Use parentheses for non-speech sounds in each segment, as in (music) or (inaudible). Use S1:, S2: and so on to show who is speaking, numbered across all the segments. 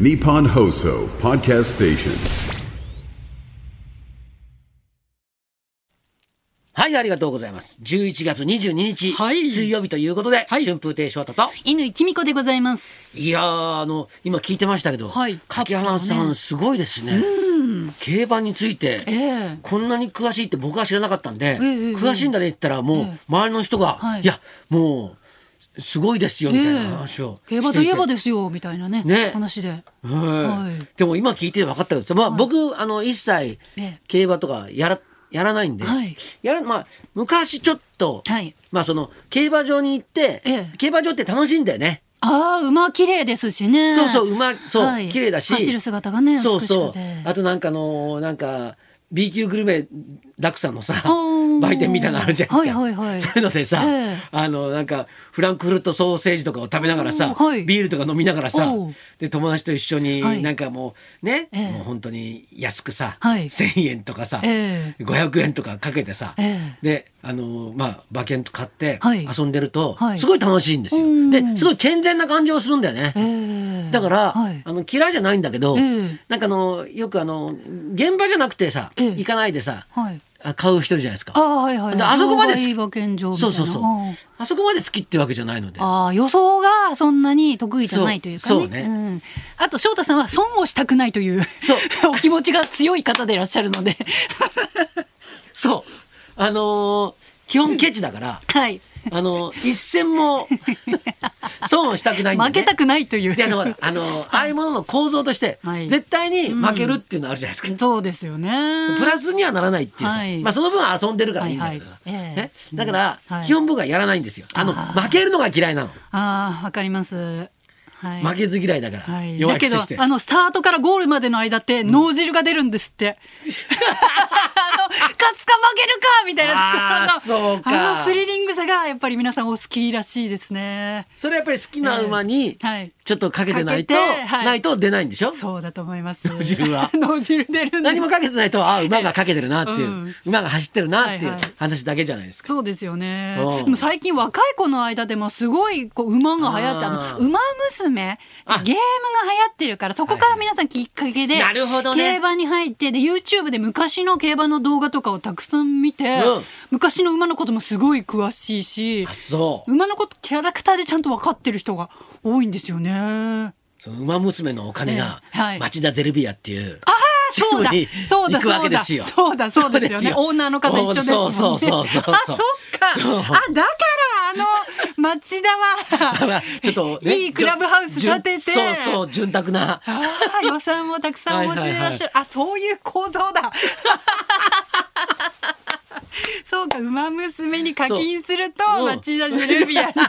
S1: Nippon Hoso Podcast Station.
S2: はい、ありがとうございます。11月22日、
S3: はい
S2: 水曜日ということで、
S3: はい
S2: 春風亭昇太と。
S3: 犬井美子でございます。
S2: いやー、あの、今聞いてましたけど、
S3: はい
S2: 柿原さ
S3: 柿原
S2: ん、
S3: ね
S2: すごいですね。競馬について、
S3: ええ
S2: こんなに詳しいって僕は知らなかったんで、
S3: えええ
S2: 詳しいんだねって言ったら、もう、周りの人が、
S3: はい
S2: い、や、もう、すごいですよ、みたいな話をして
S3: 競
S2: いて。
S3: 馬といえばですよみたいなね
S2: ね
S3: 話で。
S2: はい
S3: はい
S2: でも今聞いて分かったけど、まあ、僕あの一切
S3: ええ
S2: 競馬とかやらやらないんで、
S3: はい
S2: やらまあ、昔ちょっと、
S3: はい
S2: まあ、その競馬場に行って、
S3: ええ
S2: 競馬場って楽しいんだよね。
S3: ああ馬綺麗ですしね。
S2: そうそう馬そう、
S3: はい
S2: 綺麗だし
S3: 走る姿がね美しくて。
S2: そうそうあとなんかあのなんか B 級グルメダクさんのさ
S3: おー
S2: 売店みたいなのあるじゃないですか、
S3: はいはいはい
S2: そういうのでさ、
S3: ええ
S2: あのなんかフランクフルトソーセージとかを食べながらさ、
S3: おーはい
S2: ビールとか飲みながらさ
S3: おー
S2: で友達と一緒
S3: はい
S2: になんかもうね、
S3: ええ
S2: もう本当に安くさ、
S3: はい
S2: 1,000円とかさ、
S3: え
S2: 500円とかかけてさ、
S3: ええ
S2: であのまあ馬券と買って
S3: はい
S2: 遊んでると、
S3: はい
S2: すごい楽しいんですよ。
S3: うん
S2: ですごい健全な感じをするんだよね。
S3: ええ
S2: だから、
S3: はい
S2: あの嫌いじゃないんだけど、
S3: ええ
S2: なんかあのよくあの現場じゃなくてさ、
S3: ええ
S2: 行かないでさ、
S3: はい
S2: あ買う人いるじゃないですか
S3: あ。あはいはい。
S2: であそこまで
S3: 場外馬券場みた
S2: そ
S3: いうな。
S2: そうそう
S3: あ。
S2: あそこまで好きってわけじゃないので。
S3: ああ予想がそんなに得意じゃないというかね
S2: そうそうね
S3: ん、あと翔太さんは損をしたくないという
S2: そう
S3: (laughs) お気持ちが強い方でいらっしゃるので
S2: そう。あのー基本ケチだから、
S3: (laughs) はい
S2: あのー一銭
S3: (laughs)
S2: も損をしたくないんで、ね。
S3: 負けたくないという
S2: であのほらあのーああいうものの構造として、
S3: はい
S2: 絶対に負けるっていうのあるじゃないですか。
S3: そうですよね
S2: プラスにはならないっていうさ、
S3: はい
S2: まあその分遊んでるからいいんだけどさ、
S3: はいはいええ
S2: ね、だから、
S3: うんはい
S2: 基本僕はやらないんですよあの負けるのが嫌いなの
S3: ああわかりますはい
S2: 負けず嫌いだから、
S3: はい、
S2: 弱
S3: だ
S2: い
S3: け
S2: 癖
S3: ど
S2: して
S3: あのスタートからゴールまでの間って脳汁が出るんですって、あの勝つか負けるかみたいな
S2: あー
S3: の
S2: そうか
S3: あのスリリングさがやっぱり皆さんお好きらしいですね
S2: それやっぱり好きな馬に
S3: ええはい
S2: ちょっとかけてないと、
S3: かけてはい
S2: ないと出ないんでしょ
S3: そうだと思います脳
S2: 汁は
S3: (laughs) 脳汁出るんです
S2: 何もかけてないとああ馬がかけてるなっていう、
S3: うん
S2: 馬が走ってるなっていう
S3: はいはい
S2: 話だけじゃないですか。
S3: そうですよね。
S2: うん
S3: でも最近若い子の間でもすごいこう馬が流行って、あ
S2: あー
S3: の馬娘ゲーム
S2: あ
S3: が流行ってるからそこから皆さんきっかけで、
S2: はいはいなるほどね
S3: 競馬に入ってで YouTube で昔の競馬の動画とかをたくさん見て、
S2: うん
S3: 昔の馬のこともすごい詳しいし
S2: あ、そう
S3: 馬のことキャラクターでちゃんと分かってる人が多いんですよね。あ
S2: その馬娘のお金が、
S3: ええはい
S2: 町田ゼルビアっていうチ
S3: そ
S2: ー
S3: う
S2: ム
S3: だ
S2: に、
S3: そうだ、
S2: 行くわ
S3: そ
S2: け
S3: う
S2: で
S3: だ、
S2: すよ。
S3: そうだ、そうですよ
S2: そう
S3: ね。オーナーの方一緒ですもんね。
S2: そうそうそうそう
S3: あ、
S2: そ
S3: そうっか。
S2: そう
S3: あ、だから、あの、町田
S2: (laughs) ま
S3: は
S2: あ、 (laughs) ちょっと、ね
S3: (laughs) いいクラブハウス建てて、
S2: じゅそうそう、潤沢な。
S3: (laughs) あー予算もたくさんお持ちでいらっしゃる。あ、そういう構造だ。 (laughs) そうか、馬娘に課金すると
S2: そう、うん
S3: 町田ゼルビアに
S2: な
S3: 流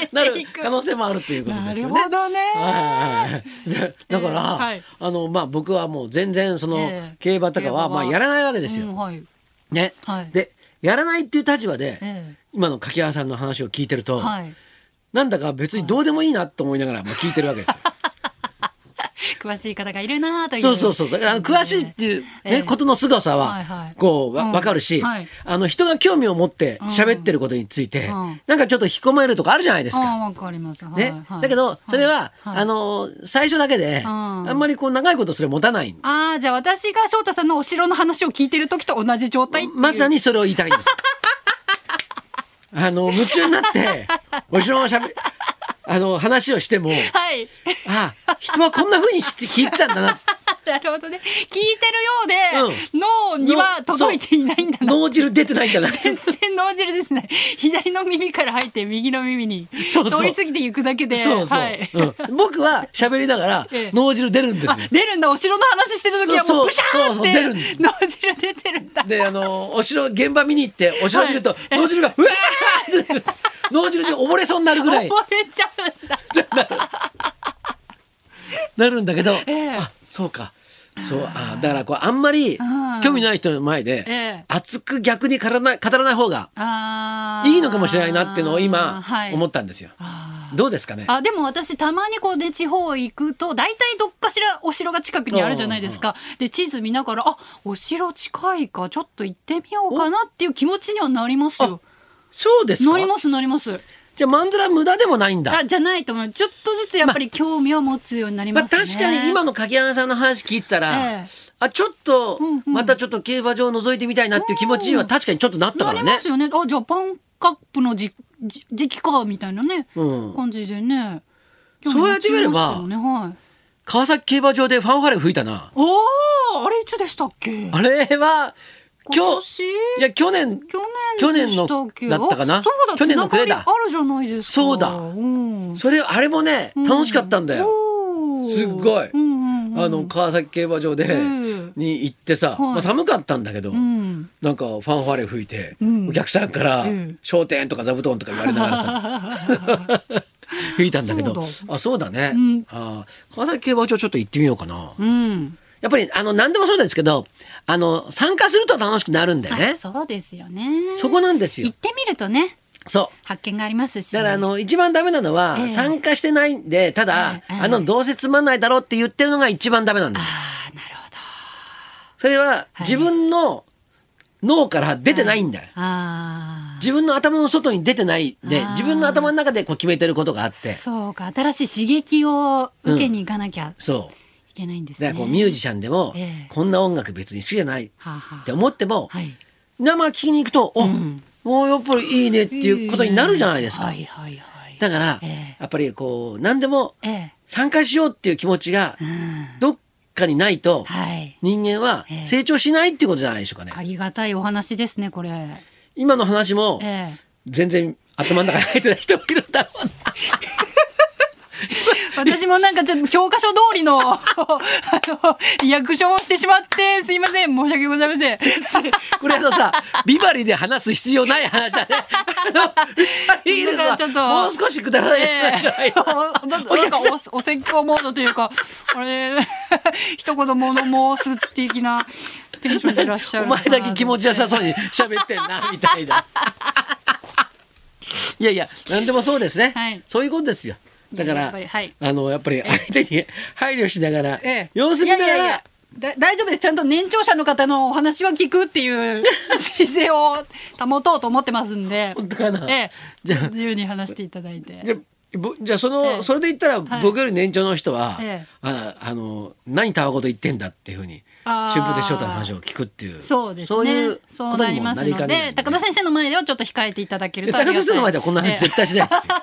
S3: れて
S2: る
S3: いく。
S2: 可能性もあるということですよね。
S3: なるほどね
S2: はいはいはいで (laughs) だから、
S3: えーはい
S2: あのまあ僕はもう全然その、
S3: ええ
S2: 競馬とかは
S3: 競馬
S2: ま
S3: は
S2: あやらないわけですよ。
S3: うんはい。
S2: ね。
S3: はい
S2: でやらないっていう立場で、
S3: ええ
S2: 今の柿原さんの話を聞いてると、
S3: はい。
S2: なんだか別にどうでもいいなと思いながらまあ聞いてるわけ
S3: (laughs)
S2: ですよ。
S3: 詳しい方がいるなという。
S2: そうそうそう。だからあの詳しいっていう、ね
S3: ええ
S2: ことの凄さ
S3: はい
S2: は
S3: はい、
S2: こう、わ
S3: うん
S2: わかるし、
S3: はい
S2: あの、人が興味を持って喋ってることについて、
S3: うん
S2: なんかちょっと引き込まれるとかあるじゃないです
S3: あ
S2: か。
S3: あわかります。はい
S2: ね
S3: はい
S2: だけど、それは、
S3: い
S2: あの、最初だけで、
S3: ん
S2: あんまりこう、長いことそれ持たない。
S3: ああ、じゃあ私が翔太さんのお城の話を聞いてる時と同じ状態っていう
S2: まさにそれを言いたいんです。あの、夢中になって、お城のしゃべ、あの、話をしても、
S3: はい。 (laughs)
S2: ああ、人はこんな風に聞いて聞いてたんだな。
S3: なるほどね。聞いてるようで、脳には届いていないんだな。
S2: 脳汁出てないんだな。
S3: 全然脳汁ですね。左の耳から入って右の耳に
S2: そうそう
S3: 通り過ぎていくだけで、
S2: そうそう、
S3: はい。
S2: うん僕は喋りながら
S3: ええ
S2: 脳汁出るんですよ
S3: あ。出るんだお城の話してる時は
S2: そ
S3: も
S2: うそう
S3: うブシャーっ
S2: そうそう出
S3: て脳汁出てるんだ
S2: であのお城現場見に行ってお城見ると、脳汁がうわーって脳汁に溺れそうになるぐらい
S3: 溺れちゃうんだ
S2: なるんだけど、
S3: え
S2: あそうかそうあだからこうあんまり興味ない人の前で、
S3: ええ
S2: 熱く逆に語らない語らない方が
S3: あー
S2: いいのかもしれないなっていうのを今
S3: はい
S2: 思ったんですよ。どうですかね
S3: あでも私たまにこうね地方行くと大体どっかしらお城が近くにあるじゃないですかで地図見ながらあお城近いかちょっと行ってみようかなっていう気持ちにはなりますよ
S2: そうですか
S3: なりますなります
S2: じゃあ、まんざら無駄でもないんだ
S3: あ。じゃないと思うちょっとずつやっぱり興味を持つようになり
S2: まあ、
S3: ますね、
S2: 確かに今の柿山さんの話聞いてたら、
S3: ええ
S2: あちょっとまたちょっと競馬場を覗いてみたいなっていう気持ちには確かにちょっとなったか
S3: な
S2: ら
S3: り
S2: ね
S3: ま。すよねあじゃあパンカップのじじ時期かみたいなね、
S2: うん
S3: 感じでね
S2: そうやってみれば
S3: 興味持ちますよねはい、
S2: 川崎競馬場でファンファレ吹いたな。
S3: おーあれいつでしたっけ
S2: あれは
S3: 今
S2: 今
S3: 年
S2: 日いや去年
S3: 去
S2: 去
S3: 年
S2: 年
S3: でし
S2: の
S3: たっけ
S2: だったかな
S3: あそうだ
S2: 去年の暮れ
S3: つ
S2: だ
S3: ながりあるじゃないですか
S2: そうだ
S3: うん
S2: それあれもね楽しかったんだよ。
S3: おー
S2: すっごい
S3: うんうんうん
S2: あの川崎競馬場で
S3: ん
S2: に行ってさ、
S3: はい
S2: まあ、寒かったんだけど、
S3: ん
S2: なんかファンファレ吹いて、
S3: ん
S2: お客さんから
S3: うん
S2: 「商店」とか「座布団」とか言われながらさ
S3: (laughs)
S2: 吹いたんだけど
S3: そう
S2: あそうだね、
S3: うん
S2: あー川崎競馬場ちょっと行ってみようかな。
S3: うん
S2: やっぱりあの何でもそうですけどあの参加すると楽しくなるんだよね
S3: あ。そうですよね
S2: そこなんですよ
S3: 行っ。てみるとね
S2: そう
S3: 発見がありますし
S2: だからあの一番ダメなのは、
S3: ええ
S2: 参加してないんでただ、
S3: ええええ
S2: あのどうせつまんないだろうって言ってるのが一番ダメなんですよ
S3: あーなるほど
S2: それは、
S3: い
S2: 自分の脳から出てないんだよ、
S3: あ
S2: 自分の頭の外に出てないで
S3: あー
S2: 自分の頭の中でこう決めてることがあっ
S3: あ
S2: て
S3: そうか新しい刺激を受けに行かなきゃ
S2: そう
S3: いけないんですね、
S2: だからこうミュージシャンでも、
S3: ええ
S2: こんな音楽別に好きじゃないっ
S3: はあはあ
S2: て思っても、
S3: はい
S2: 生聴きに行くとお、もうやっぱりいいねっていうことになるじゃないですか。
S3: いいねはいはいはい
S2: だから、
S3: ええ
S2: やっぱりこう何でも
S3: ええ
S2: 参加しようっていう気持ちが
S3: うん
S2: どっかにないと
S3: はい
S2: 人間は
S3: ええ
S2: 成長しないっていうことじゃないでしょうかね。
S3: ありがたいお話ですねこれ
S2: 今の話も
S3: ええ
S2: 全然頭の中に入ってない人もいるんだろう
S3: (laughs)
S2: な。
S3: 私もなんかちょっと教科書通
S2: (laughs)
S3: りのあの役所をしてしまってすいません申し訳ございません
S2: これあのさ、ビバリーで話す必要ない話
S3: (laughs)
S2: だね。あのビバリーで
S3: なん
S2: さ
S3: かちょっと
S2: もう少しくだらない話じゃない
S3: ええ
S2: の
S3: おななんかおお説教モードというかあれ (laughs) 一言物申す的なテンションでいらっしゃ
S2: お
S3: るの
S2: 前
S3: かな
S2: だけ気持ちよさそうに喋ってんな、みたい
S3: (laughs)
S2: な。いやいや、なんでもそうですね。
S3: はい
S2: そういうことですよ。だか
S3: いやや
S2: ら、
S3: っぱりはい
S2: あの、やっぱり相手に配慮しながら、
S3: ええ
S2: 様子見ながら、
S3: いやいやいやだ大丈夫ですちゃんと年長者の方のお話は聞くって
S2: (laughs)
S3: いう姿勢を保とうと思ってますんで
S2: 本当かな
S3: ええ、
S2: じ
S3: じ
S2: ゃ
S3: ゃ
S2: あ
S3: 自由に話していただいて
S2: じゃあぼじゃあその、
S3: ええ
S2: それで言ったら、
S3: はい
S2: 僕より年長の人は、
S3: ええ
S2: ああの何たわごと言ってんだっていうふうに
S3: あー
S2: 春風亭昇太の話を聞くっていう
S3: そうですね
S2: そういう
S3: そう
S2: こと
S3: な
S2: に
S3: り
S2: も
S3: ま
S2: な
S3: す
S2: り
S3: の
S2: か
S3: で
S2: ね
S3: 高田先生の前ではちょっと控えていただける
S2: 生高
S3: と
S2: 田先生の前ではこんな
S3: ええ
S2: 話絶対しないで
S3: (laughs)
S2: すよ、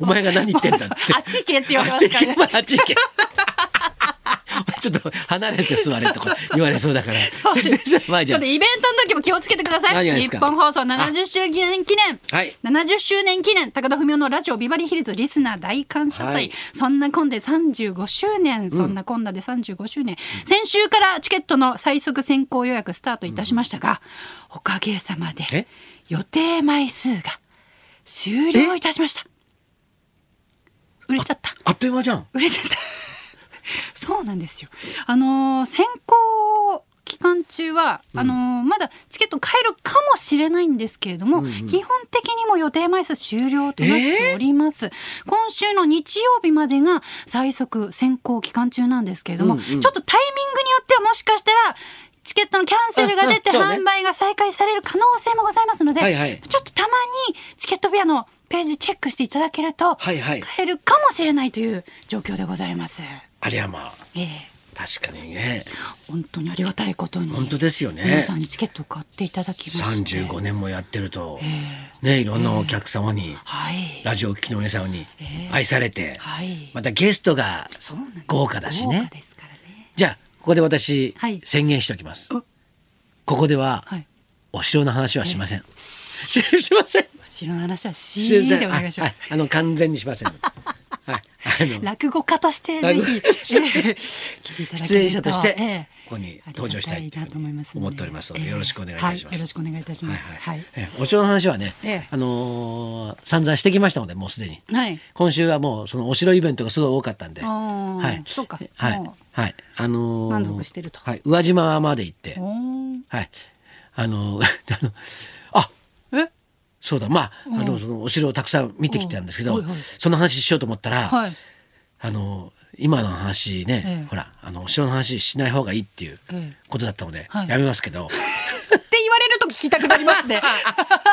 S2: お前が何言ってんだって
S3: あっち行けって言われ
S2: あっ
S3: ま
S2: ち
S3: す
S2: 行
S3: から
S2: けお
S3: ね
S2: 前あっち行けお (laughs) 前ちょっと離れて座れとか言われそうだ
S3: (laughs)
S2: から先生の前じ
S3: ちょ
S2: ゃ
S3: っとイベントの時も気をつけてくださ
S2: 何が
S3: い。
S2: ですか
S3: 日本放送70周年記念。
S2: あはい
S3: 70周年記念。高田文夫のラジオビバリーヒルズリスナー大感謝祭。
S2: はい
S3: そんなこんで35周年。そんなこんなで35周年。先週からチケットの最速先行予約スタートいたしましたが、おかげさま
S2: え
S3: で予定枚数が終了いたしました。売れちゃった。
S2: あっという間じゃん
S3: 売れちゃった (laughs) そうなんですよあのー選考期間中は、あのーまだチケット買えるかもしれないんですけれども、基本的にも予定枚数終了となっております、今週の日曜日までが最速選考期間中なんですけれども、ちょっとタイミングによってはもしかしたらチケットのキャンセルが出て
S2: あそうね
S3: 販売が再開される可能性もございますので、
S2: はいはい
S3: ちょっとたまにチケットビアのページチェックしていただけると、
S2: はいはい
S3: 変えるかもしれないという状況でございます。
S2: あれはまあ
S3: ええ
S2: 確かにね
S3: 本当にありがたいことに。
S2: 本当ですよね
S3: 皆さんにチケットを買っていただきまして。
S2: 35年もやってると、ね、いろんなお客様に、
S3: はい。
S2: ラジオを聴きの皆様に愛されて、
S3: はい
S2: またゲストが
S3: そうなんです
S2: 豪華だし
S3: 豪
S2: ね
S3: 華ですからね。
S2: じゃあここで私、
S3: はい
S2: 宣言しておきます
S3: う
S2: ここでは、
S3: はい
S2: お城の話はしません、ししません
S3: 後ろの話はシ
S2: しま
S3: ーン
S2: せ
S3: で
S2: ん
S3: お
S2: はい
S3: 願いし
S2: は
S3: ま
S2: い
S3: す。
S2: あの完全にしま
S3: (laughs)
S2: せんはいあの
S3: 落語家としてぜ
S2: 落語家と
S3: ひ、ええ来ていただけると
S2: 出演者として
S3: ええ
S2: ここに登場したいというふうに
S3: ありがたなと思いますので
S2: 思っておりますのでよろしくお願いいたします
S3: はよろしくお願いいたします。
S2: は
S3: はいい。
S2: えお城の話はね、
S3: ええ
S2: あのー散々してきましたのでもうすでに、
S3: はい
S2: 今週はもうそのお城イベントがすごい多かったんで、
S3: あー
S2: はい、
S3: そうか
S2: はい
S3: も
S2: はいあのー
S3: 満足してると
S2: はい、宇和島まで行って
S3: おー
S2: はいあのー (laughs) あのあ
S3: え
S2: そうだまあ,、あのそのお城をたくさん見てきたんですけど、
S3: うんはいはい
S2: その話しようと思ったら、
S3: はい。
S2: あの今の話ね、
S3: ええ
S2: ほらあのお城の話しない方がいいっていう
S3: ええ
S2: ことだったので、
S3: はい
S2: やめますけど、 (laughs)
S3: って言われると聞きたくなりますね。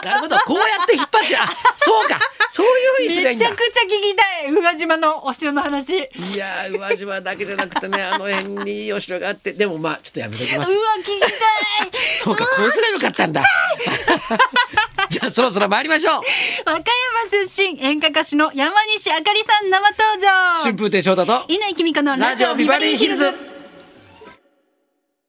S2: なるほど。こうやって引っ張って、あ、そうか。そういうふうにすればい
S3: め
S2: いん
S3: ちゃ
S2: だ
S3: く。ちゃ聞きたい宇和島のお城の話。
S2: いやー、宇和島だけじゃなくて (laughs) ね、あの辺にいいお城があって、でもまあ、ちょっとやめとき
S3: う
S2: ま
S3: わ
S2: す。
S3: 聞きたい
S2: (laughs) そうか、こうすればよかったんだ。 (laughs) じゃあ、そろそろ参りましょう。
S3: 和歌山出身演歌歌手の山西あかりさん生登場
S2: 春風亭昇太と。
S3: 乾きみかのラ
S2: ラジ
S3: ジオ
S2: オ
S3: ビ
S2: ビ
S3: バ
S2: バ
S3: リ
S2: リ
S3: ー
S2: ー
S3: ヒ
S2: ヒ
S3: ル
S2: ル
S3: ズ
S2: ズ。